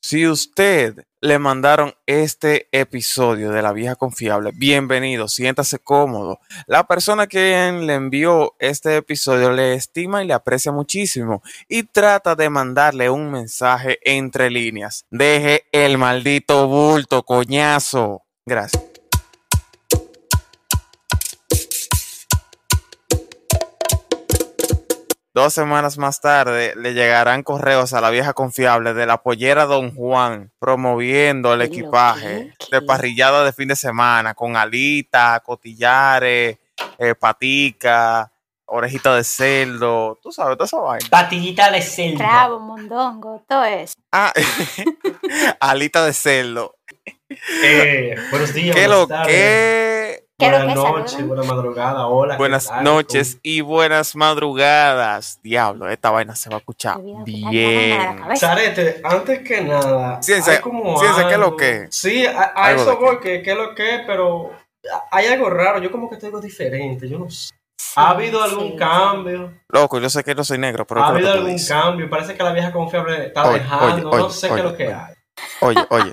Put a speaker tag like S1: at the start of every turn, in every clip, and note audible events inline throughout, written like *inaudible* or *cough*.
S1: Si usted le mandaron este episodio de La Vieja Confiable, bienvenido, siéntase cómodo. La persona que le envió este episodio le estima y le aprecia muchísimo y trata de mandarle un mensaje entre líneas. Deje el maldito bulto, coñazo. Gracias. Dos semanas más tarde le llegarán correos a la vieja confiable de la pollera Don Juan promoviendo el
S2: Pero,
S1: equipaje
S2: ¿qué?
S1: de parrillada de fin de semana con alitas, cotillares, eh, patica, orejita de cerdo, tú sabes, toda esa vaina.
S3: Patillita de cerdo.
S4: Rabo, mondongo, todo eso.
S1: Ah, *laughs* alita de cerdo.
S3: Eh, *laughs* buenos días,
S1: ¿Qué
S3: buenas
S1: lo
S3: tardes,
S1: que?
S4: ¿Qué es lo
S3: Buenas
S4: que
S3: noches,
S4: saludan?
S3: buena madrugada, hola. ¿qué
S1: Buenas
S3: tal?
S1: noches y buenas madrugadas. Diablo, esta vaina se va a escuchar
S4: Olvida que está llamando a la
S1: bien.
S3: ¿Cómo-
S4: cabeza.
S3: Charete, este, antes que nada.
S1: Ciencia,
S3: hay como
S1: ciencia, ¿qué es lo
S3: algo-
S1: que?
S3: Sí, a, a
S1: Algo de
S3: eso
S1: qué.
S3: voy, que, que es lo que, pero hay algo raro. Yo como que tengo diferente, yo no sé. ¿Ha habido algún
S4: sí.
S3: cambio?
S1: Loco, yo sé que no soy negro, pero
S3: ¿Ha
S1: creo que
S3: habido
S1: tú
S3: algún
S1: dices.
S3: cambio? Parece que la vieja confiable está
S1: pues. Oye,
S3: dejando.
S1: oye, oye,
S3: no sé qué es lo
S1: oye,
S3: que
S1: oye.
S3: hay.
S1: Oye,
S4: *laughs*
S1: oye,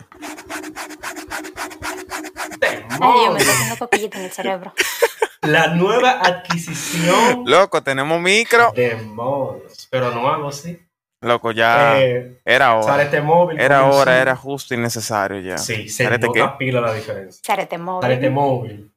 S4: Ay, yo me
S3: ¡Demonios!
S4: estoy haciendo coquillita en el cerebro.
S3: La nueva adquisición.
S1: loco, tenemos micro.
S3: Demonios. Pero no algo así.
S1: Loco, ya
S3: Eh,
S1: era hora.
S3: Sarete móvil.
S1: Ah, Era
S3: conducido.
S1: hora, era justo y necesario ya.
S3: Sí, se
S1: ¿Sarete
S3: nota pila la diferencia.
S4: Sarete móvil.
S3: Sarete móvil.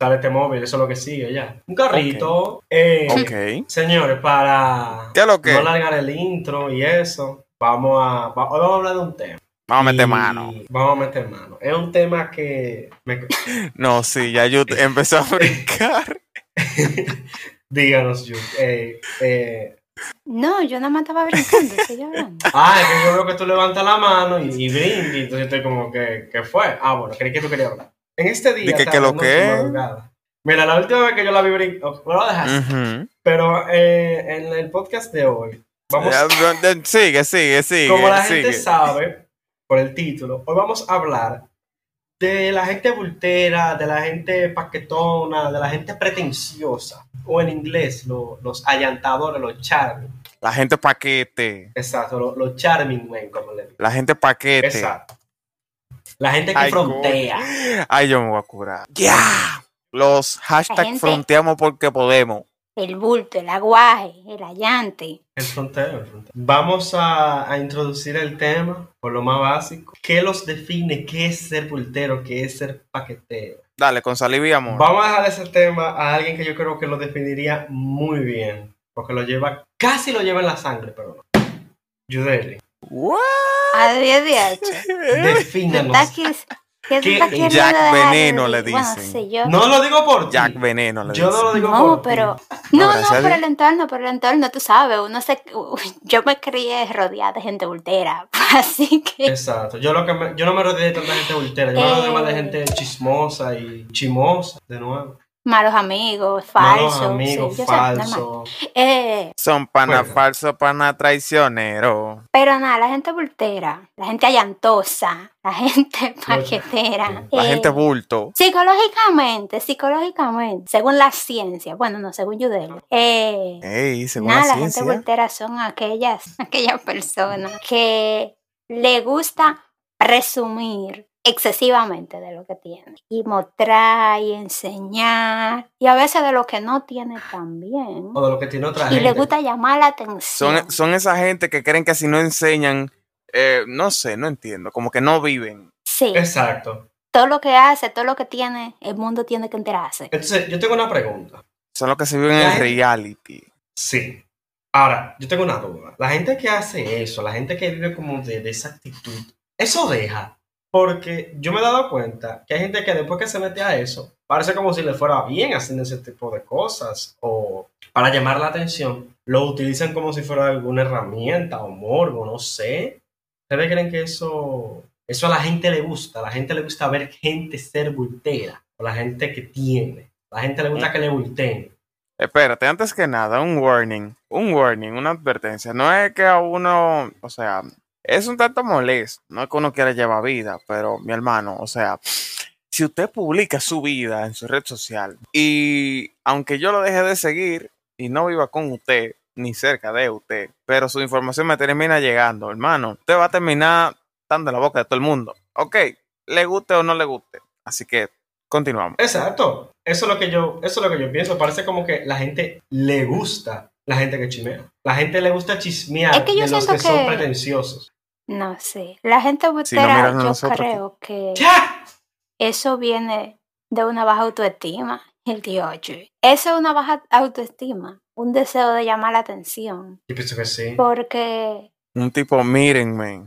S3: Sarete móvil, eso es lo que sigue ya. Un carrito. eh,
S1: Ok.
S3: Señores, para
S1: ¿Qué es lo que?
S3: no largar el intro y eso, vamos a. va- hoy vamos a hablar de un tema.
S1: Vamos a meter
S3: Y
S1: mano.
S3: Vamos a meter mano. Es un tema que. me- *laughs*
S1: No, sí, ya yo te- empecé a brincar.
S3: díganos, Yu, eh, eh,
S4: No, yo nada más estaba brincando, estoy hablando.
S3: Ah, es que yo veo que tú levantas la mano y, y brindas, y entonces estoy como, ¿qué, ¿qué fue? Ah, bueno, creí que tú querías hablar. En este día,
S1: Di que-
S3: estaba
S1: que lo
S3: hablando
S1: que
S3: de
S1: es.
S3: madrugada. Mira, la última vez que yo la vi brincar, lo dejaste,
S1: Ujú.
S3: pero eh, en el podcast de hoy, vamos,
S1: Ya, ya, Sigue, sigue, sigue.
S3: como la
S1: sigue.
S3: gente sabe, por el título, hoy vamos a hablar de la gente bultera, de la gente paquetona, de la gente pretenciosa, o en inglés, lo- los allantadores, los charming,
S1: La gente paquete.
S3: exacto, los, los charming men, como le digo.
S1: La gente paquete.
S3: Exacto. La gente que
S1: Ay,
S3: frontea.
S1: Ay, yo me voy a curar. ¡Ya! Los hashtag
S4: gente-
S1: fronteamos porque podemos.
S4: El bulto, el aguaje, el allante.
S3: El fronteo, el fronteo. Vamos a, a introducir el tema por lo más básico. ¿Qué los define? ¿Qué es ser pultero? ¿Qué es ser paquetero?
S1: Dale, con saliva y amor.
S3: Vamos a dejar ese tema a alguien que yo creo que lo definiría muy bien. Porque lo lleva, casi lo lleva en la sangre, pero no.
S4: *laughs*
S3: Yudeli,
S1: What?
S4: A 10 de H.
S3: defínanos.
S4: Takis. ¿Qué es
S3: ¿Qué?
S4: un taquis al
S1: Jack
S4: lado de Harry?
S1: Veneno le
S4: Bueno,
S1: dicen.
S4: sé yo.
S3: No lo digo por ti.
S1: Jack Veneno le
S3: Yo no lo
S1: dicen.
S3: digo por
S4: No,
S3: ti.
S4: pero. No,
S1: gracias
S4: no,
S1: a
S4: por
S1: Dios.
S4: el entorno, por el entorno, tú sabes, uno se. Yo me crié rodeada de gente bultera, *laughs* así que.
S3: Exacto. Yo, lo que me- yo no me rodeé de tanta gente bultera. Yo me rodeé más de
S4: Eh.
S3: gente chismosa y chimosa, de nuevo.
S4: Malos amigos,
S3: Malos
S4: falsos.
S3: amigos,
S4: sí, yo sé, normal.
S3: falso.
S4: Eh,
S1: Son pana
S3: Bueno.
S1: falso, pana traicionero.
S4: pero nada, la gente bultera, la gente allantosa, la gente *laughs* paquetera.
S1: La
S4: eh,
S1: gente bulto.
S4: Psicológicamente, psicológicamente, según la ciencia, bueno, no, según Yudel, eh,
S1: Ey, según
S4: nada,
S1: la
S4: la gente
S1: ciencia.
S4: voltera son aquellas, *laughs* aquellas personas que le gusta presumir excesivamente de lo que tiene y mostrar y enseñar y a veces de lo que no tiene también
S3: O de lo que tiene otra
S4: y
S3: gente.
S4: le gusta llamar la atención.
S1: son, son esa gente que creen que si no enseñan, eh, no sé, no entiendo. Como que no viven.
S4: Sí,
S3: Exacto.
S4: todo lo que hace, todo lo que tiene, el mundo tiene que enterarse.
S3: Entonces, yo tengo una pregunta.
S1: Son los que se viven en
S3: La
S1: el
S3: gente-
S1: reality.
S3: Sí. Ahora, yo tengo una duda. La gente que hace eso, la gente que vive como de, de esa actitud, eso deja. Porque yo me he dado cuenta que hay gente que después que se mete a eso, parece como si le fuera bien haciendo ese tipo de cosas o para llamar la atención, lo utilizan como si fuera alguna herramienta o morbo, no sé. ¿Ustedes creen que eso, eso a la gente le gusta? A la gente le gusta ver gente ser bultera o la gente que tiene. A la gente le gusta que le bulteen.
S1: Espérate, antes que nada, un warning, un warning, una advertencia. No es que a uno, o sea, es un tanto molesto, no es que uno quiera llevar vida, pero mi hermano, o sea, si usted publica su vida en su red social y aunque yo lo deje de seguir y no viva con usted, ni cerca de usted, pero su información me termina llegando, hermano, usted va a terminar estando en la boca de todo el mundo. Ok, le guste o no le guste. Así que continuamos.
S3: Exacto. Eso es lo que yo, eso es lo que yo pienso. Parece como que la gente le gusta la gente que chismea. La gente le gusta chismear
S4: Es que yo
S3: de los que,
S4: siento
S3: son
S4: que-
S3: pretenciosos.
S4: No sé. La gente
S1: miran
S4: butera,
S1: a
S4: yo
S1: nosotros,
S4: creo que
S3: ¡Ya!
S4: eso viene de una baja autoestima. El dios, Eso es una baja autoestima. Un deseo de llamar la atención.
S3: Yo pienso que sí.
S4: Porque,
S1: Un tipo, mírenme,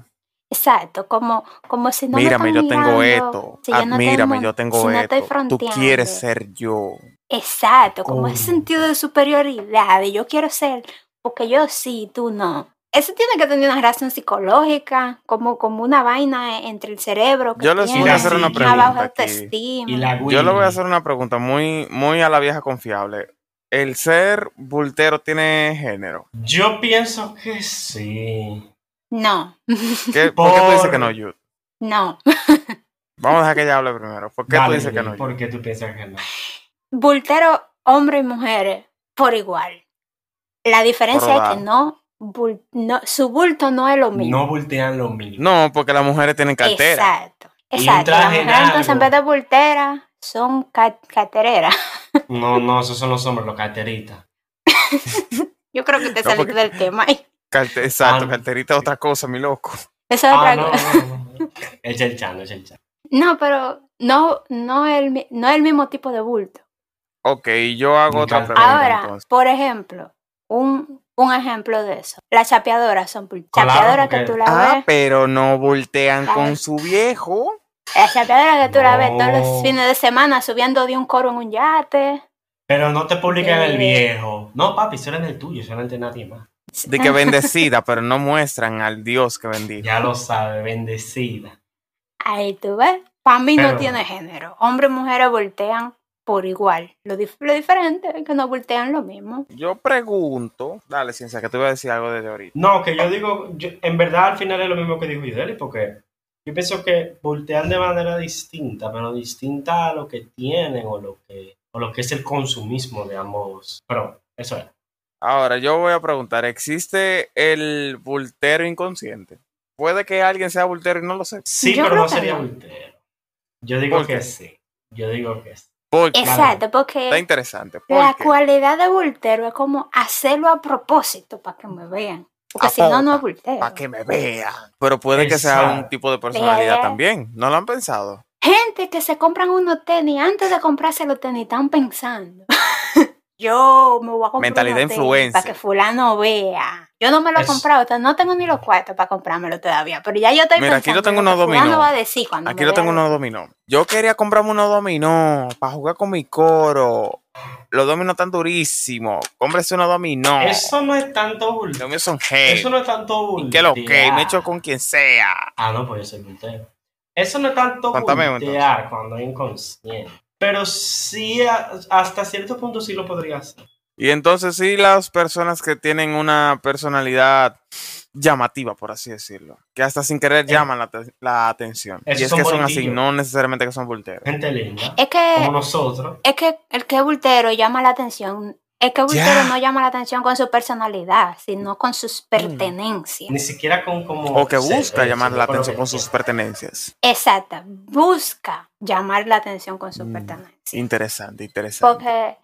S4: exacto, como, como si no
S1: mírame,
S4: me
S1: yo
S4: están
S1: tengo
S4: mirando,
S1: esto,
S4: si yo no
S1: admírame,
S4: tengo-
S1: yo tengo
S4: si no estoy
S1: esto. Tú
S4: fronteando.
S1: quieres ser yo.
S4: Exacto, como ese
S3: Oh.
S4: sentido de superioridad, de yo quiero ser, porque yo sí, tú no. Eso tiene que tener una razón psicológica, como, como una vaina e- entre el cerebro. Que
S1: Yo les
S4: tiene,
S3: voy a hacer una
S4: una
S1: pregunta
S4: baja
S1: aquí.
S4: autoestima.
S3: Y la
S1: Yo le
S3: Winnie.
S1: voy a hacer una pregunta muy, muy a la vieja confiable. ¿El ser bultero tiene género?
S3: Yo pienso que sí.
S4: No,
S1: ¿Qué- ¿Por qué tú dices
S3: Por-
S1: que no, Jude?
S4: no.
S1: Vamos a dejar que ella hable primero. ¿Por qué tú
S3: Dale,
S1: dices que
S3: Winnie,
S1: no, Jude?
S3: ¿Por qué tú piensas que no?
S4: Bultero, hombres y mujeres, por igual. La diferencia es que
S1: Rodado.
S4: no, bul- no, su bulto no es lo mismo.
S3: No voltean lo mismo.
S1: No, porque las mujeres tienen cartera.
S4: Exacto.
S3: Y un
S4: Exacto. Las
S3: traje
S4: mujeres entonces en vez
S3: largo.
S4: de bultera son ca- catereras.
S3: No, no, esos son los hombres, los carteristas.
S4: Yo creo que te
S1: No,
S4: saliste
S1: porque-
S4: del tema. ahí.
S1: Carte- exacto,
S3: Ah.
S1: carterita es otra cosa, mi loco.
S4: Eso es
S3: Ah,
S4: otra cosa.
S3: no,
S4: *laughs*
S3: no, no, no. El chelchano, el chelchano.
S4: No, pero no, no, el, mi- no el mismo tipo de bulto.
S1: Ok, yo hago
S3: Me
S1: otra
S3: encanta.
S1: pregunta
S4: Ahora,
S1: entonces.
S4: por ejemplo, un, un ejemplo de eso. Las chapeadoras son bul-
S3: Claro,
S4: chapeadoras que
S3: porque-
S4: tú la
S1: Ah,
S4: ves.
S1: pero no voltean
S4: Ay.
S1: con su viejo.
S4: Las chapeadoras que tú la ves todos
S3: No.
S4: los fines de semana subiendo de un coro en un yate.
S3: Pero no te publican el
S4: Eh.
S3: viejo. No, papi, eso era en el tuyo, eso era el de nadie más.
S1: De
S4: *laughs*
S1: que bendecida, pero no muestran al Dios que bendiga.
S3: Ya lo sabe, bendecida.
S4: Ahí tú ves. Para mí
S3: Pero-
S4: no tiene género. Hombres y mujeres voltean por igual. Lo, dif- lo diferente es que no voltean lo mismo.
S1: Yo pregunto, dale, ciencia, que te voy a decir algo desde ahorita.
S3: No, que yo digo, yo- en verdad al final es lo mismo que dijo Ideli, porque yo pienso que voltean de manera distinta, pero distinta a lo que tienen o lo que, o lo que es el consumismo de ambos. Pero eso es.
S1: Ahora, yo voy a preguntar, ¿existe el bultero inconsciente? Puede que alguien sea bultero y no lo sé.
S3: Sí,
S4: Yo
S3: pero
S4: creo
S3: no
S4: que
S3: sería
S4: no.
S3: voltero. Yo digo
S1: ¿Por
S3: que
S1: qué?
S3: sí. Yo digo que sí.
S1: Porque
S4: Exacto, porque...
S1: está interesante.
S4: La
S1: Porque
S4: cualidad de Voltero es como hacerlo a propósito para que me vean. Porque si no, no es Voltero.
S1: para que me vea. Pero puede que sea un
S3: Exacto.
S1: tipo de personalidad
S4: Vea.
S1: también. ¿No lo han pensado?
S4: Gente que se compran unos tenis antes de comprarse los tenis están pensando. *laughs* Yo me voy a comprar
S1: Mentalidad
S4: unos tenis
S1: influencer.
S4: para que fulano vea. Yo no me lo he
S3: Eso.
S4: comprado, t- no tengo ni los cuartos para comprármelo todavía, pero ya yo estoy
S1: Mira, aquí yo
S4: pensando
S1: tengo
S4: en lo
S1: unos
S4: que fulano
S1: dominó.
S4: va a decir cuando
S1: Aquí
S4: me
S1: lo
S4: vea.
S1: tengo unos dominó. Yo quería comprarme unos dominó para jugar con mi coro. Los dominó están durísimos. Cómprese unos dominó.
S3: Eso no es tanto
S1: Los
S3: voltero.
S1: míos son heavy.
S3: Eso no es tanto voltero.
S1: que lo que me echo con quien sea.
S3: Ah, no, pues yo soy voltero. Eso no es tanto
S1: Cuéntame,
S3: voltear cuando es inconsciente. Pero sí, a- hasta cierto punto sí lo podría hacer.
S1: Y entonces sí, las personas que tienen una personalidad llamativa, por así decirlo, que hasta sin querer llaman la, te- la atención.
S3: Eh. Esos
S1: y es
S3: son
S1: que son así,
S3: bonitillos.
S1: no necesariamente que son volteros.
S3: Gente linda.
S4: Es que,
S3: Como nosotros.
S4: es que el que es Voltero llama la atención. Es que Voltero
S1: Ya.
S4: no llama la atención con su personalidad, sino con
S1: Mm.
S4: sus pertenencias.
S3: Ni siquiera con como.
S1: O que
S3: se-
S1: busca
S3: eh,
S1: llamar
S3: se-
S1: la
S3: con lo
S1: atención
S3: que-
S1: con sus pertenencias.
S4: Exacta, busca llamar la atención con su
S1: Mm,
S4: pertenencia.
S1: Interesante, interesante.
S4: Porque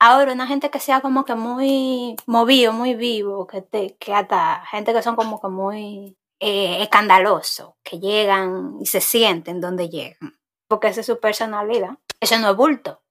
S4: ahora una gente que sea como que muy movido, muy vivo, que, te, que hasta gente que son como que muy eh, escandaloso, que llegan y se sienten donde llegan, porque esa es su personalidad. Eso no es bulto,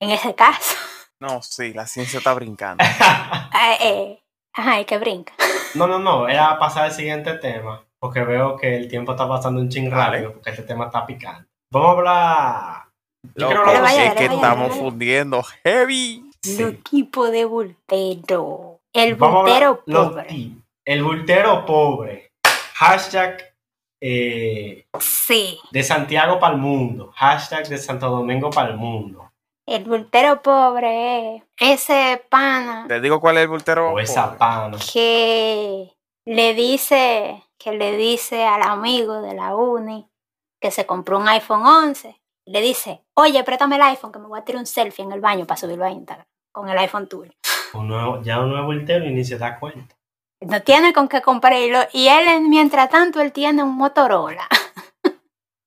S4: en ese caso. *laughs*
S1: No, sí, la ciencia está brincando.
S4: Ah, eh, ajá, y que brinca.
S3: No, no, no. Era pasar al siguiente tema. Porque veo que el tiempo está pasando un ching
S1: Dale.
S3: rápido. Porque este tema está picante. Vamos a hablar. *laughs*
S1: Loco,
S3: Yo quiero
S4: Dale,
S3: hablar
S4: vaya,
S3: de-
S1: es
S4: dale,
S1: que
S4: vaya,
S1: estamos
S4: dale.
S1: fundiendo heavy.
S4: Los
S3: Sí.
S4: tipos de bultero. El
S3: Vamos a hablar
S4: bultero
S3: los
S4: pobre.
S3: ti- El bultero pobre. Hashtag. eh,
S4: Sí.
S3: de Santiago para el mundo. Hashtag de Santo Domingo para el mundo.
S4: El bultero pobre es ese pana
S1: Te digo cuál es el voltero.
S3: O esa
S1: Oh, pobre.
S3: pana.
S4: que le dice que le dice al amigo de la uni que se compró un iPhone 11. Le dice, oye, préstame el iPhone que me voy a tirar un selfie en el baño para subirlo a Instagram con el iPhone tuyo.
S3: Uno, ya uno es voltero y ni se da cuenta.
S4: No tiene con qué comprarlo. Y él, mientras tanto, él tiene un Motorola. *laughs*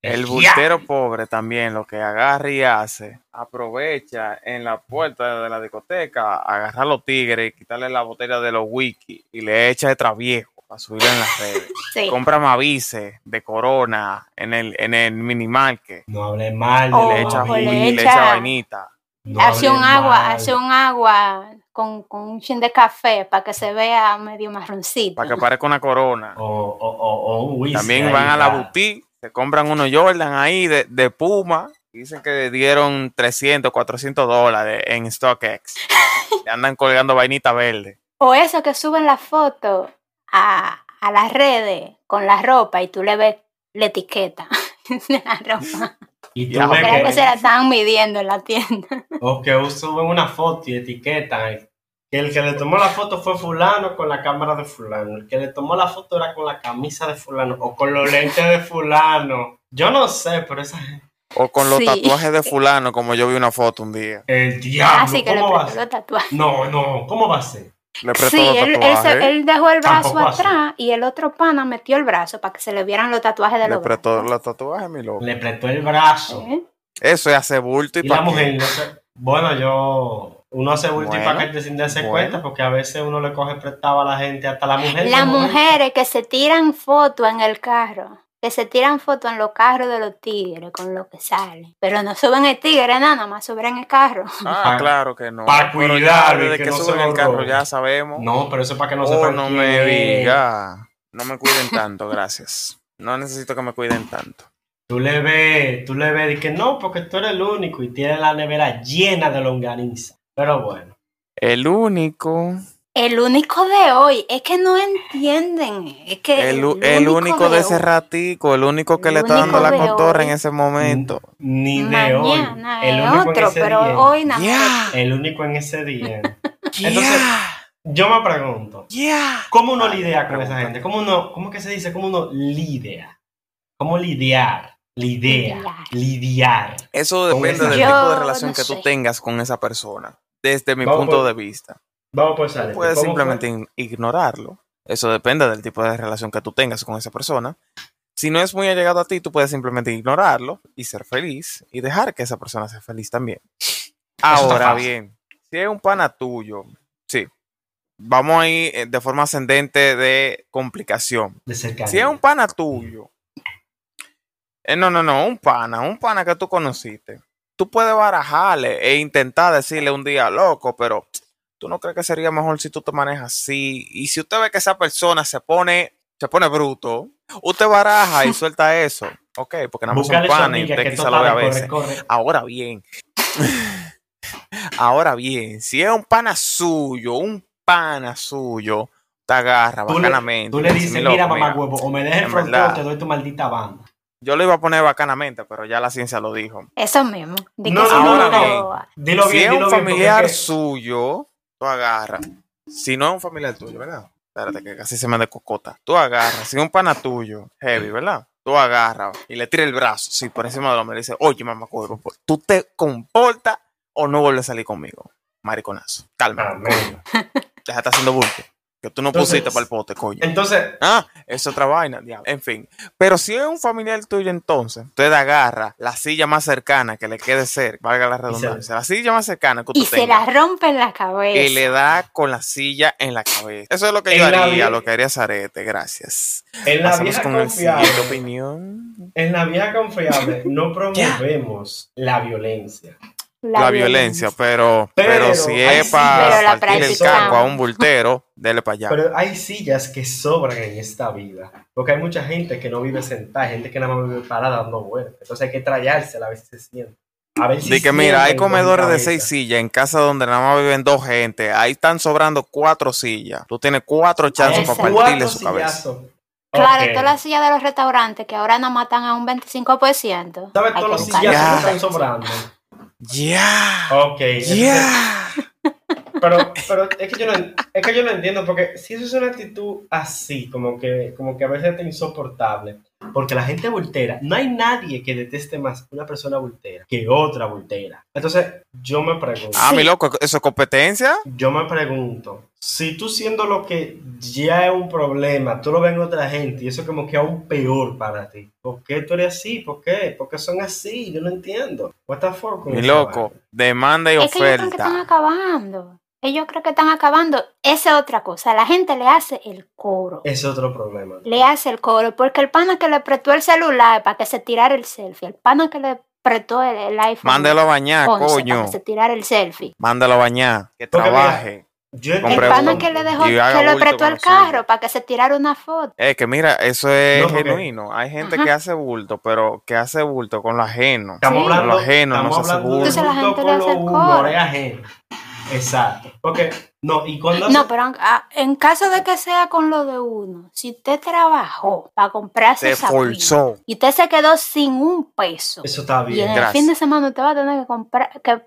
S1: El bultero pobre también lo que agarra y hace, aprovecha en la puerta de la discoteca, agarra a los tigres y quitarle la botella de los wiki y le echa de traviejo para subirla en las redes.
S4: Sí.
S1: Compra Mavice de Corona en el, en el minimarket.
S3: No hable mal de
S4: Oh,
S1: Le
S3: la
S1: echa
S4: o le
S1: jugo
S3: familia.
S1: y le echa
S4: echa-
S1: vainita.
S3: No
S4: hace un
S3: hable
S4: agua,
S3: mal.
S4: hace un agua con, con un chin de café para que se vea medio marroncito.
S1: Para que parezca una corona.
S3: O, o, o, o un whisky.
S1: También
S3: ahí,
S1: van a la
S3: ya.
S1: boutique, se compran unos Jordan ahí de, de Puma. Dicen que dieron 300, 400 dólares en StockX. Le andan colgando vainita verde.
S4: O eso que suben la foto a, a las redes con la ropa y tú le ves la etiqueta *laughs* de la
S3: *laughs*
S4: ropa.
S3: Y tú
S1: Ya,
S3: ves
S4: Será
S1: ok.
S4: que se la están midiendo en la tienda.
S3: O que suben una foto y etiquetan que el que le tomó la foto fue fulano con la cámara de fulano. El que le tomó la foto era con la camisa de fulano o con los lentes de fulano. Yo no sé, pero esa gente...
S1: O con los
S4: Sí.
S1: tatuajes de fulano, como yo vi una foto un día.
S3: El diablo,
S4: Así Ah, que le
S3: Ah, ¿cómo va a
S4: prestó
S3: ser?
S4: los tatuajes.
S3: No, no, ¿cómo va a ser?
S1: Le prestó
S4: Sí,
S1: los
S4: él, él
S1: tatuajes.
S4: se- él dejó el brazo
S3: Tampoco así.
S4: atrás y el otro pana metió el brazo para que se le vieran los tatuajes de
S1: Le
S4: los
S1: prestó
S4: brazos.
S1: los tatuajes, mi loco.
S3: Le prestó el brazo.
S4: ¿Eh?
S1: Eso es hacer bulto y,
S3: Y
S1: pa'
S3: la
S1: qué.
S3: mujer, no sé. Bueno, yo. Uno se vuelve
S1: Bueno,
S3: para que te sin darse
S1: bueno.
S3: cuenta, porque a veces uno le coge prestado a la gente, hasta la mujer.
S4: Las
S3: ¿no?
S4: mujeres que se tiran fotos en el carro, que se tiran fotos en los carros de los tigres con lo que sale. Pero no suben el tigre, nada, nada más suben el carro.
S1: Ah,
S3: Pa-
S1: claro que no.
S3: pa'
S1: Pero ya
S3: cuidar y
S1: Desde
S3: que
S1: que,
S3: no se
S1: suben
S3: lo
S1: el carro
S3: roben.
S1: ya sabemos.
S3: No, pero eso es para que no
S1: Oh,
S3: sepan
S1: no
S3: quién
S1: me
S3: es.
S1: diga. No me cuiden tanto, gracias. No necesito que me cuiden tanto.
S3: Tú le ves, tú le ves, y que no, porque tú eres el único y tiene la nevera llena de longaniza. Pero bueno,
S1: El único,
S4: El único de hoy, es que no entienden. Es que
S1: el, u- el único de ese
S4: hoy.
S1: ratico, el único que
S4: El
S1: le está dando
S4: único
S1: la
S4: de
S1: cotorra en
S4: hoy.
S1: ese momento.
S3: ni de
S4: Mañana
S3: hoy. El
S4: es
S3: único en
S4: otro,
S3: ese
S4: pero
S3: día.
S4: hoy nada.
S1: Ya,
S3: El único en ese día. Entonces-
S1: ya,
S3: Yo me pregunto,
S1: ya.
S3: ¿cómo uno
S1: Ay,
S3: lidia con
S1: pregunta.
S3: esa gente? ¿Cómo uno, cómo que se dice? ¿Cómo uno lidia? ¿Cómo lidiar? Lidia.
S4: Lidiar.
S3: Lidiar.
S1: Eso
S3: Con
S1: depende
S3: esa-
S1: del
S4: Yo
S1: tipo de relación
S4: no
S1: que tú
S4: sé.
S1: tengas con esa persona, desde mi
S3: Vamos
S1: punto
S3: por-
S1: de vista.
S3: Vamos pues,
S1: Tú
S3: Ale.
S1: puedes
S3: pues, ¿cómo
S1: simplemente in- ignorarlo. Eso depende del tipo de relación que tú tengas con esa persona. Si no es muy allegado a ti, tú puedes simplemente ignorarlo y ser feliz y dejar que esa persona sea feliz también.
S3: está
S1: Ahora
S3: fácil.
S1: bien, si es un pana tuyo, sí. Vamos ahí eh, de forma ascendente de complicación.
S3: fue? De cercanía.
S1: Si es un pana tuyo, eh, no, no, no, un pana, un pana que tú conociste, tú puedes barajarle e intentar decirle un día, loco, pero tú no crees que sería mejor si tú te manejas así. Y si usted ve que esa persona se pone, se pone bruto, usted baraja y suelta eso. Ok, porque nada más son
S3: Búscale su
S1: pana y
S3: amiga
S1: usted
S3: que
S1: quizá lo ve
S3: total,
S1: a veces.
S3: corre, corre.
S1: Ahora bien, *laughs* ahora bien, si es un pana suyo, un pana suyo, te agarra
S3: Tú le-
S1: bacanamente.
S3: Tú le
S1: dice,
S3: dices,
S1: "Mi loco,
S3: mira, mamá huevo, o me dejes el
S1: en
S3: frontón
S1: verdad.
S3: o te doy tu maldita banda.
S1: Yo lo iba a poner bacanamente, pero ya la ciencia lo dijo.
S4: Eso mismo. de que
S3: No,
S4: si
S1: no,
S4: uno
S1: no,
S4: lo-
S3: Dilo
S1: si
S3: bien,
S1: es
S3: dilo
S1: un
S3: bien, porque
S1: familiar
S3: es que-
S1: suyo, tú agarras. Si no es un familiar tuyo, ¿verdad? Espérate, que casi se me descocota. Tú agarras. Si es un pana tuyo, heavy, ¿verdad? Tú agarras y le tiras el brazo, sí, por encima del hombre. Le dice, oye, mamá, cuervo, tú te comportas o no vuelves a salir conmigo. Mariconazo. Calma,
S3: Amén.
S1: deja de estar haciendo bulto. Que tú no
S3: Ah. Entonces-
S1: pusiste para el pote, coño.
S3: Entonces,
S1: Ah, es otra vaina, diablo. En fin. Pero si es un familiar tuyo, entonces, usted agarra la silla más cercana que le quede cerca, valga la redundancia, la silla más cercana que usted
S4: Y se la
S1: tenga,
S4: rompe en la cabeza.
S1: y le da con la silla en la cabeza. Eso es lo que yo
S3: En la
S1: haría,
S3: vie-
S1: lo que haría Zarete, gracias.
S3: en la
S1: Pasamos
S3: vieja
S1: con el
S3: confiable,
S1: siguiente opinión.
S3: en la vieja confiable, no promovemos la violencia.
S1: La, violencia, pero,
S3: Pero,
S1: pero, si
S3: ahí
S1: es
S3: sí,
S4: pero la
S1: para partir el
S4: practicamos.
S1: caco a un bultero, dele para allá.
S3: Pero hay sillas que sobran en esta vida, porque hay mucha gente que no vive sentada, hay gente que nada más vive parada dando vueltas. Entonces hay que trayársela a ver si se siente. A ver si
S1: Di que mira, hay
S3: sienten con
S1: comedores de
S3: cabeza.
S1: seis sillas en casa donde nada más viven dos gente. Ahí están sobrando cuatro sillas. Tú tienes cuatro chances
S4: Exacto.
S1: para
S3: Ah, Cuatro
S1: partirle su cabeza.
S3: sillazos.
S4: Claro,
S3: Ok.
S4: todas las sillas de los restaurantes que ahora nos matan a un 25%.
S3: ¿Sabes
S4: Hay
S3: todos los
S4: que buscar.
S3: sillazos que
S1: Ya.
S3: están sobrando?
S1: Ya.
S3: Ok. entonces-
S1: Ya.
S3: Pero, pero es, que yo no, es que yo no entiendo, porque si eso es una actitud así, como que, como que a veces es insoportable, Porque la gente voltera, no hay nadie que deteste más una persona voltera que otra voltera. Entonces, yo me pregunto,
S1: Ah,
S4: Sí.
S1: mi loco, ¿eso es competencia?
S3: yo me pregunto, si tú siendo lo que ya es un problema, tú lo ves en otra gente y eso como que aún peor para ti. ¿Por qué tú eres así? ¿Por qué? ¿Por qué son así? Yo no entiendo. What the fuck con
S1: Mi
S3: esa
S1: loco,
S3: vaina?
S1: demanda y
S4: Es que yo creo que están
S1: oferta.
S4: acabando. Ellos creo que están acabando. Esa es otra cosa. La gente le hace el coro.
S3: Es otro problema.
S4: Le hace el coro. Porque el pana que le prestó el celular para que se tirara el selfie. El pana que le prestó el, el iPhone.
S1: Mándalo a bañar,
S4: 11
S1: coño.
S4: Para que se tirara el selfie.
S1: Mándalo a bañar, que
S3: Porque mira,
S1: trabaje.
S3: Yo
S1: Hombre,
S4: el pana
S1: uno.
S4: que le dejó, que
S1: Y haga
S4: le
S1: bulto
S4: prestó
S1: con
S4: el
S1: lo suyo.
S4: carro para que se tirara una foto.
S1: Es que mira, eso es
S3: No, porque-
S1: genuino. Hay gente
S4: Ajá.
S1: que hace bulto, pero que hace bulto con lo ajeno.
S3: Estamos
S4: Sí.
S3: hablando,
S1: Lo ajeno,
S3: estamos
S1: no se hace
S3: hablando de
S4: Entonces la
S3: junto
S4: gente
S3: con
S4: le
S3: lo
S4: hace el
S3: uno,
S4: coro.
S3: es ajeno. Exacto. Porque, no, y cuando
S4: No, pero en- ah, en caso de que sea con lo de uno, si usted trabajó para comprarse
S1: Se
S4: esa pila,
S1: forzó.
S4: y usted se quedó sin un peso,
S3: Eso está
S4: y en
S3: bien.
S4: el
S1: Gracias.
S4: fin de semana usted va a tener que comprar, que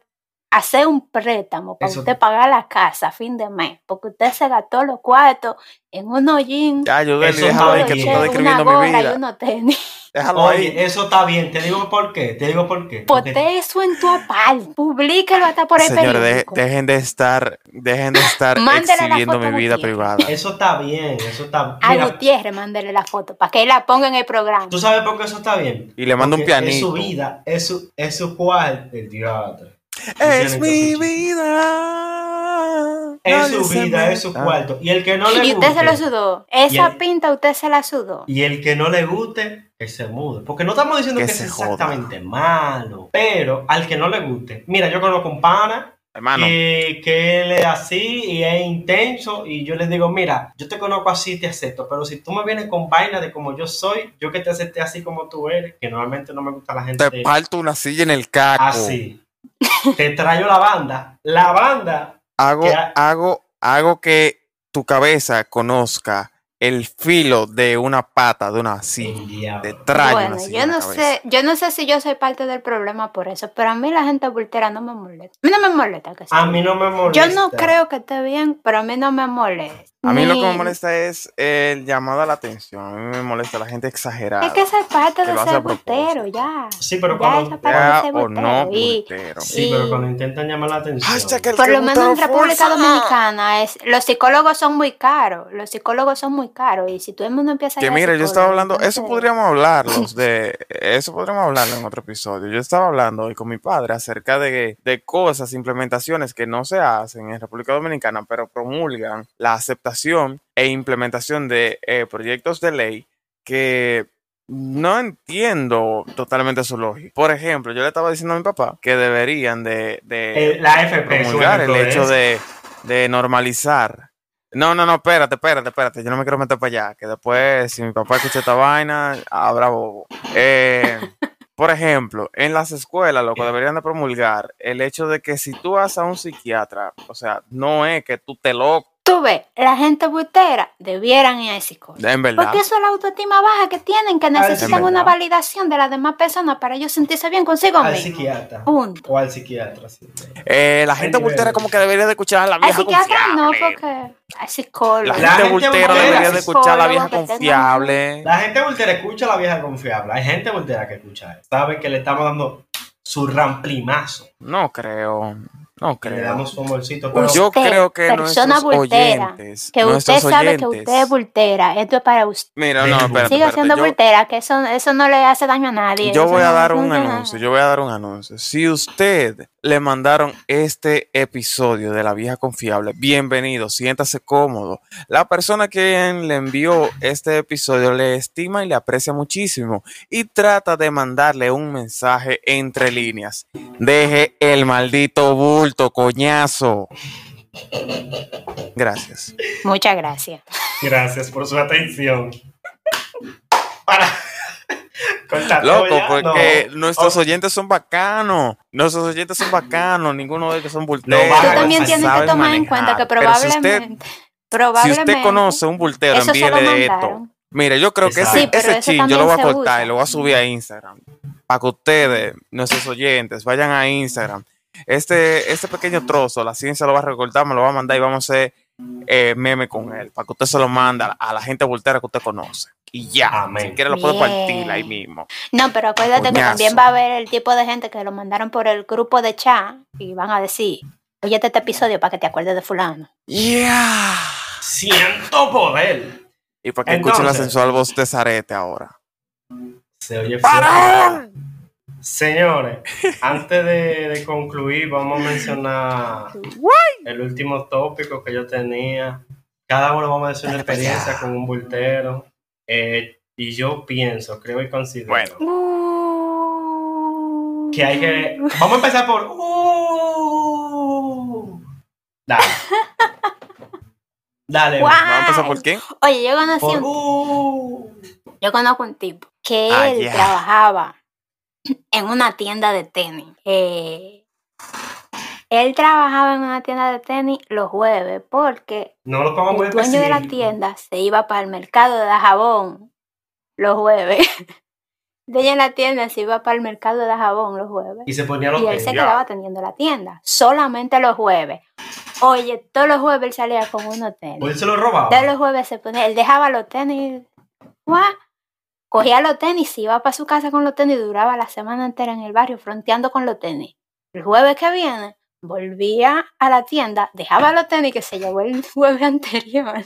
S4: hacer un préstamo para
S3: Eso-
S4: usted pagar la casa a fin de mes, porque usted se gastó los cuartos en unos jeans,
S1: Ya, yo
S3: Eso
S1: déjalo
S3: está
S1: ahí, que tú
S3: bien.
S4: che,
S1: estás
S4: una
S1: describiendo mi
S4: gorra y
S1: vida.
S4: unos tenis.
S1: Déjalo ahí.
S3: Oye, eso está bien. Te digo por qué. Te digo por qué. Porque
S4: Poté eso en tu apal, publíquelo hasta por el
S1: Señores, de-
S4: periódico.
S1: dejen de estar, dejen de estar
S4: Mándale la
S1: exhibiendo
S4: foto a
S1: mi vida
S4: Gutiérrez.
S1: privada.
S3: Eso está bien. Eso está
S4: A
S3: Mira,
S4: Gutiérrez, mándele la foto para que él la ponga en el programa.
S3: tú sabes por qué eso está bien.
S1: Y le mando un
S3: Porque Es
S1: pianito.
S3: su vida, es su, es su cuarto, el teatro.
S1: Es
S3: Entienden,
S1: mi
S3: entonces,
S1: vida.
S3: Es
S1: Nadie
S3: su
S1: se
S3: vida, es su
S1: meta.
S3: cuarto. Y el que no
S4: Y
S3: le
S4: usted se lo
S3: guste,
S4: sudó. Esa
S3: el-
S4: pinta usted se la sudó.
S3: y el que no le guste, que se mude. Porque no estamos diciendo que,
S1: Que
S3: es
S1: se joda.
S3: exactamente malo, pero al que no le guste. Mira, yo conozco un pana
S1: Hermano,
S3: que, que él es así y es intenso y yo les digo, mira, yo te conozco así, te acepto, pero si tú me vienes con vaina de como yo soy, yo que te acepté así como tú eres, que normalmente no me gusta la gente
S1: te parto una silla en el caco.
S3: Ah, así, te traigo la banda, la banda,
S1: Hago,
S3: que ha-
S1: hago, hago que tu cabeza conozca el filo de una pata, de una silla.
S3: el diablo.
S1: Te traigo una
S4: bueno,
S1: silla.
S4: yo
S1: en la
S4: no
S1: cabeza.
S4: sé, yo no sé si yo soy parte del problema por eso, pero a mí la gente voltera no me molesta. A mí no me molesta que sea.
S3: A mí no me molesta.
S4: yo no creo que esté bien, pero a mí no me molesta.
S1: A mí lo que me
S4: Ni-
S1: molesta es el llamado a la atención. A mí me molesta la gente exagerada.
S4: es que soy parte
S1: que
S4: de
S1: lo hace
S4: ser
S1: a propósito.
S4: voltero, ya.
S3: Sí, pero,
S4: ya
S3: cuando,
S4: esa parte de
S1: Sea
S4: ser
S1: o no, pues,
S4: voltero. Y
S1: bultero.
S3: sí, pero cuando intentan llamar la atención.
S1: Hashtag el
S4: por
S1: que
S4: lo menos
S1: gusta
S4: en
S1: la
S4: República
S1: fuerza.
S4: Dominicana es, los psicólogos son muy caros, los psicólogos son muy caros y si todo el mundo empieza a
S1: Que
S4: ir a
S1: mira, yo estaba
S4: psicólogo,
S1: hablando, eso
S4: entonces-
S1: podríamos hablarlos de, eso podríamos hablarlo en otro episodio. Yo estaba hablando hoy con mi padre acerca de, de cosas, implementaciones que no se hacen en República Dominicana, pero promulgan la aceptación e implementación de eh, proyectos de ley que no entiendo totalmente su lógica. Por ejemplo, yo le estaba diciendo a mi papá que deberían de, de
S3: Eh, la FP es un
S1: promulgar el
S3: ejemplo
S1: hecho
S3: eso.
S1: de, de normalizar. No, no, no, espérate, espérate, espérate. Yo no me quiero meter para allá. Que después, si mi papá escucha esta vaina, habrá bobo. Eh, por ejemplo, en las escuelas, loco, deberían de promulgar el hecho de que si tú vas a un psiquiatra, o sea, no es que tú te lo...
S4: Tú ves, la gente butera debieran ir al psicólogo.
S1: En verdad.
S4: Porque eso es la autoestima baja que tienen, que necesitan
S1: en
S4: una
S1: verdad.
S4: validación de las demás personas para ellos sentirse bien consigo
S3: Al
S4: mismos.
S3: psiquiatra.
S4: Punto.
S3: O al psiquiatra, sí.
S1: Eh, la gente
S3: Hay niveles.
S1: voltera como que debería de escuchar a la
S4: Al
S1: vieja
S4: psiquiatra no,
S1: confiable.
S4: porque al psicólogo.
S1: La
S3: La
S1: gente
S3: gente
S1: voltera
S3: vultera.
S1: debería de escuchar a la vieja
S4: Psicólogo que tenga-
S1: confiable.
S3: La gente voltera escucha a la vieja confiable. Hay gente voltera que escucha eso. Sabe que le estamos dando su ramplimazo.
S1: No creo, no
S3: Que le
S1: creo.
S3: damos su amorcito. Pero
S1: Yo
S4: Usted,
S1: creo que
S4: persona
S1: nuestros
S4: vultera,
S1: oyentes,
S4: Que usted
S1: nuestros
S4: sabe que
S1: oyentes-
S4: usted es voltera, esto es para usted.
S1: Mira, no,
S3: Venga.
S1: espérate,
S4: Siga
S1: espérate,
S4: siendo
S1: yo-
S4: voltera, que eso, eso no le hace daño a nadie.
S1: Yo
S4: eso
S1: voy a
S4: no
S1: dar
S4: hace
S1: un
S4: daño a
S1: anuncio,
S4: nadie.
S1: yo voy a dar un anuncio. Si usted le mandaron este episodio de La Vieja Confiable, bienvenido, siéntase cómodo. La persona que le envió este episodio le estima y le aprecia muchísimo y trata de mandarle un mensaje entre líneas. Deje el maldito bulto, coñazo. Gracias.
S4: Muchas gracias.
S3: gracias por su atención. Para. *laughs* Corta todo
S1: Loco,
S3: ya,
S1: porque
S3: no.
S1: nuestros
S3: Oh,
S1: oyentes son bacanos. Nuestros oyentes son bacanos. Ninguno de ellos son bulteros.
S3: Lo bajan,
S4: Tú también
S3: se
S4: tienes que
S1: saben
S4: tomar en
S1: manejar.
S4: cuenta que
S1: Pero si usted-
S4: probablemente,
S1: Si
S4: probablemente
S1: usted, conoce un bultero,
S4: eso se lo
S1: envíele de esto.
S4: mandaron.
S1: Mire, yo creo que
S3: Exacto.
S1: ese,
S4: Sí, pero
S1: ese
S4: eso
S1: chin yo
S4: también
S1: lo voy a
S4: se
S1: cortar
S4: usa.
S1: y lo voy a subir a Instagram. Para que ustedes, nuestros oyentes, vayan a Instagram. Este, este pequeño trozo, la ciencia lo va a recortar, me lo va a mandar y vamos a hacer eh, meme con él, para que usted se lo manda a la gente voltera que usted conoce. Y ya,
S3: Amén.
S1: si quiere lo puede
S4: Bien.
S1: partir ahí mismo.
S4: No, pero acuérdate que
S1: Coñazo.
S4: también va a haber el tipo de gente que lo mandaron por el grupo de chat y van a decir, oye este episodio para que te acuerdes de fulano.
S1: Yeah.
S3: Siento poder.
S1: Y para que escuche la
S3: Entonces.
S1: sensual voz de Zarete ahora.
S3: Se oye fuerte.
S1: ¡Parón!
S3: Señores, antes de, de concluir, vamos a mencionar el último tópico que yo tenía. Cada uno vamos a decir una experiencia con un voltero. Eh, y yo pienso, creo y considero
S1: Bueno.
S3: que hay que. Vamos a empezar por. ¡Uh! Dale. Dale.
S4: Guau.
S1: ¿Vamos a empezar por quién?
S4: Oye, yo conocí
S3: Por
S4: un-
S3: ¡Uh!
S4: yo conozco un tipo que
S1: Ah,
S4: él
S1: ya.
S4: trabajaba en una tienda de tenis. Eh, él trabajaba en una tienda de tenis los jueves porque
S3: No lo pongo muy
S4: el dueño de la
S3: específico.
S4: tienda se iba para el mercado de Dajabón los jueves. *laughs* El dueño de la tienda se iba para el mercado de Dajabón los jueves.
S3: Y se ponía los
S4: Y él se
S3: tenis.
S4: quedaba atendiendo la tienda, solamente los jueves. Oye, todos los jueves él salía con unos
S3: O
S4: tenis.
S3: él Pues se lo robaba.
S4: Todos los jueves se ponía, él dejaba los tenis, ¡guau! cogía los tenis, se iba para su casa con los tenis, duraba la semana entera en el barrio fronteando con los tenis. El jueves que viene, volvía a la tienda, dejaba los tenis que se llevó el jueves anterior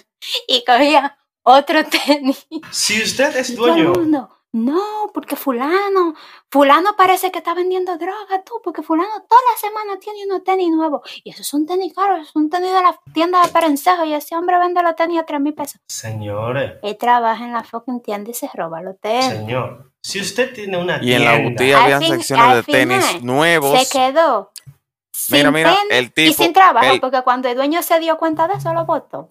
S4: y cogía otro tenis.
S3: Si usted es
S4: Y todo el
S3: dueño.
S4: mundo, no, porque fulano, fulano parece que está vendiendo droga, tú, porque fulano toda la semana tiene unos tenis nuevos. Y esos son tenis caros, esos son tenis de la tienda de perencejo y ese hombre vende los tenis a tres mil pesos.
S3: Señores.
S4: Él trabaja en la fucking tienda y se roba los tenis.
S3: Señor, si usted tiene una
S1: Y
S3: tienda,
S1: en la botilla
S4: Al
S1: habían
S4: fin-
S1: secciones
S4: al
S1: de tenis
S4: final,
S1: nuevos.
S4: Se quedó.
S1: Mira,
S4: sin
S1: mira,
S4: tenis
S1: el tipo.
S4: y sin trabajo,
S1: el-
S4: porque cuando el dueño se dio cuenta de eso, lo votó.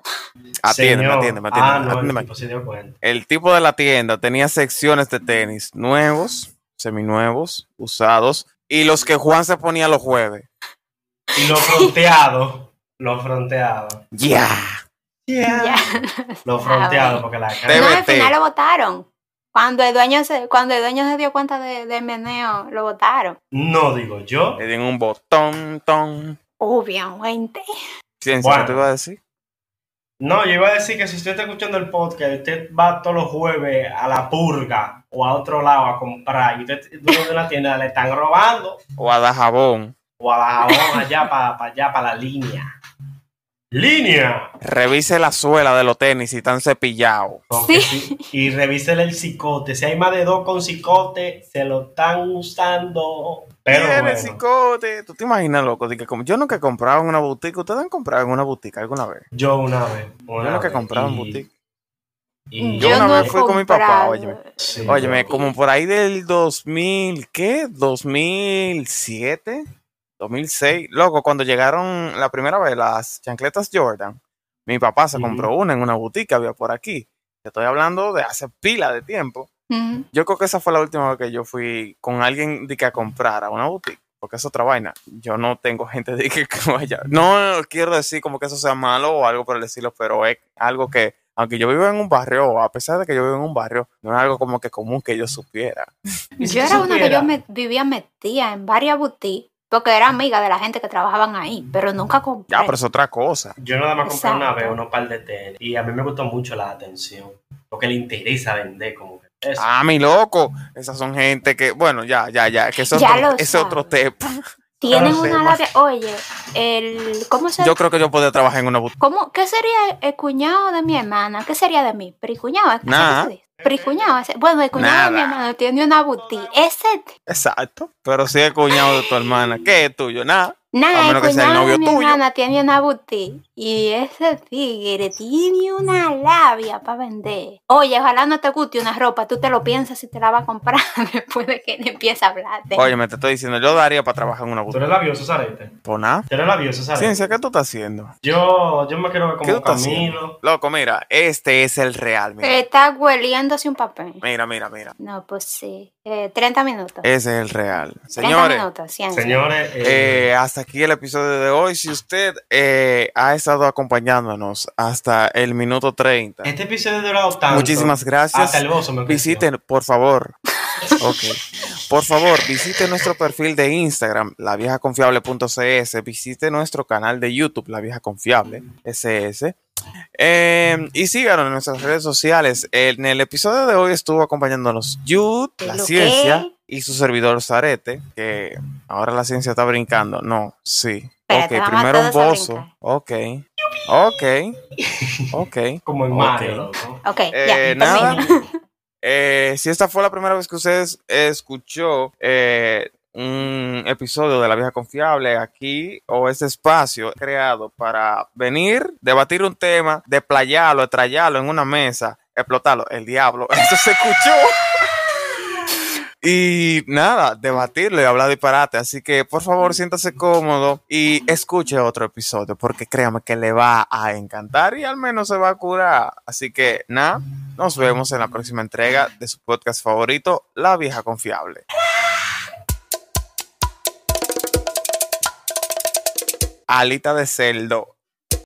S1: Atiéndeme,
S3: Señor.
S1: atiéndeme,
S3: Ah,
S1: atiéndeme,
S3: no, el
S1: atiéndeme.
S3: tipo se dio cuenta.
S1: El tipo de la tienda tenía secciones de tenis nuevos, seminuevos, usados y los que Juan se ponía los jueves.
S3: Y lo fronteado, lo fronteado.
S1: Ya. Ah.
S4: Ya.
S3: Lo fronteado,
S4: Ah,
S3: porque la
S1: Debe
S4: No,
S3: cara.
S1: Debe
S4: al final lo votaron. Cuando el dueño se, cuando el dueño se dio cuenta de, del meneo, lo votaron.
S3: No digo yo.
S1: Le dieron un botón, ton.
S4: Obviamente.
S1: Ciencia,
S3: Bueno.
S1: ¿qué te iba a decir?
S3: No, yo iba a decir que si usted está escuchando el podcast, usted va todos los jueves a la purga o a otro lado a comprar y usted es dueño de una tienda le están robando
S1: O a dar jabón.
S3: o a la vamos allá para allá para la línea. Línea.
S1: Revise la suela de los tenis si están cepillados.
S3: Porque sí, Y revísele el cicote. Si hay más de dos con cicote, se lo están usando. Pero
S1: Tiene
S3: bueno.
S1: cicote. ¿Tú te imaginas, loco? De que como- yo nunca he comprado en una boutique. ¿Ustedes han comprado en una boutique alguna vez?
S3: Yo una vez. Una
S1: yo nunca he
S3: vez,
S1: comprado en
S3: y-
S1: boutique.
S3: y-
S1: Yo una vez fui con mi papá,
S4: comprado.
S1: óyeme.
S3: Sí,
S1: Óyeme,
S3: yo-
S1: como por ahí del 2000, ¿qué? 2007, 2006. Loco, cuando llegaron la primera vez las chancletas Jordan, mi papá se
S3: Ujú.
S1: compró una en una boutique que había por aquí. Te estoy hablando de hace pila de tiempo.
S4: Mm.
S1: Yo creo que esa fue la última vez que yo fui con alguien de que a comprar a una boutique. Porque es otra vaina. Yo no tengo gente de que *laughs* que vaya. No quiero decir como que eso sea malo o algo por el estilo, pero es algo que, aunque yo vivo en un barrio, a pesar de que yo vivo en un barrio, no es algo como que común que yo supiera.
S3: Y si
S4: Yo
S3: tú
S4: era una que
S3: supieras,
S4: yo me vivía metida en varias boutiques porque era amiga de la gente que trabajaban ahí, pero nunca compré.
S1: Ya, pero es otra cosa.
S3: Yo nada más compré una
S4: Exacto.
S3: vez unos par de tenis. Y a mí me gustó mucho la atención. Porque le interesa vender como que eso.
S1: Ah, mi loco. Esas son gente que, bueno, ya, ya, ya, que eso es
S4: Ya
S1: otro-
S4: lo
S1: ese otro tema.
S4: Tienen
S3: no sé,
S4: una
S3: más-
S4: labia. Oye, el ¿cómo se
S1: Yo creo que yo podría trabajar en una boutique.
S4: cómo qué sería el cuñado de mi hermana? ¿Qué sería de mí? Pricuñado, ¿es que
S1: Nada.
S4: se dice? Pricuñado, ese- bueno, el cuñado de mi
S1: Nada.
S4: hermana tiene una boutique. Ese
S1: Exacto. Pero si es cuñado de tu hermana, ¿qué es tuyo? Nada. A
S4: Nada, el
S1: menos que sea el
S4: cuñado de
S1: novio
S4: mi
S1: tuyo.
S4: hermana tiene una boutique y ese tigre tiene una labia para vender. Oye, ojalá no te guste una ropa, tú te lo piensas si te la vas a comprar *laughs* después de que él empiece a hablarte.
S1: Oye, me te estoy diciendo, yo daría para trabajar en una
S3: Tú
S1: boutique.
S3: eres labioso, Sarete.
S1: Por nada.
S3: Tú eres labioso, Sarete.
S1: Ciencia, ¿qué tú estás haciendo?
S3: Yo, yo me quiero ver
S1: ¿Qué tú
S3: como
S1: estás
S3: Camilo.
S1: Loco, mira, este es el real.
S4: Pero
S1: Mira,
S4: está hueliéndose un papel.
S1: mira, mira. mira.
S4: No, pues sí. Eh, 30 minutos.
S1: Ese es el real.
S4: 30
S1: Señores,
S4: minutos, ciencia.
S3: Señores, eh,
S1: Eh, hasta aquí el episodio de hoy. Si usted eh, ha estado acompañándonos hasta el minuto 30,
S3: este episodio ha durado tanto.
S1: muchísimas gracias.
S3: Hasta el bozo me creció.
S1: Visiten, por favor. Ok. Por favor, visite nuestro perfil de Instagram, laviejaconfiable.cs, visite nuestro canal de YouTube, La Vieja Confiable, SS, eh, y síganos en nuestras redes sociales. En el episodio de hoy estuvo acompañándonos Yud, la
S4: ¿Lo
S1: ciencia,
S4: qué?
S1: y su servidor Zarete, que ahora la ciencia está brincando. No, sí.
S4: Espérate,
S1: ok,
S4: vamos
S1: primero un
S4: todos a
S1: bozo.
S4: brincar.
S1: Ok. Ok. Ok.
S3: Como en
S1: Ok.
S3: Mario, loco.
S4: Ok,
S1: Eh,
S4: ya.
S1: nada.
S4: termina.
S1: Eh, si esta fue la primera vez que ustedes escuchó eh, un episodio de La Vieja Confiable aquí o este espacio creado para venir, debatir un tema, desplayarlo, estrellarlo en una mesa, explotarlo, el diablo, *laughs* eso se escuchó. Y nada, debatirlo y hablar disparate. Así que por favor, siéntase cómodo y escuche otro episodio, porque créame que le va a encantar y al menos se va a curar. Así que nada, nos vemos en la próxima entrega de su podcast favorito, La Vieja Confiable. Alita de Celdo.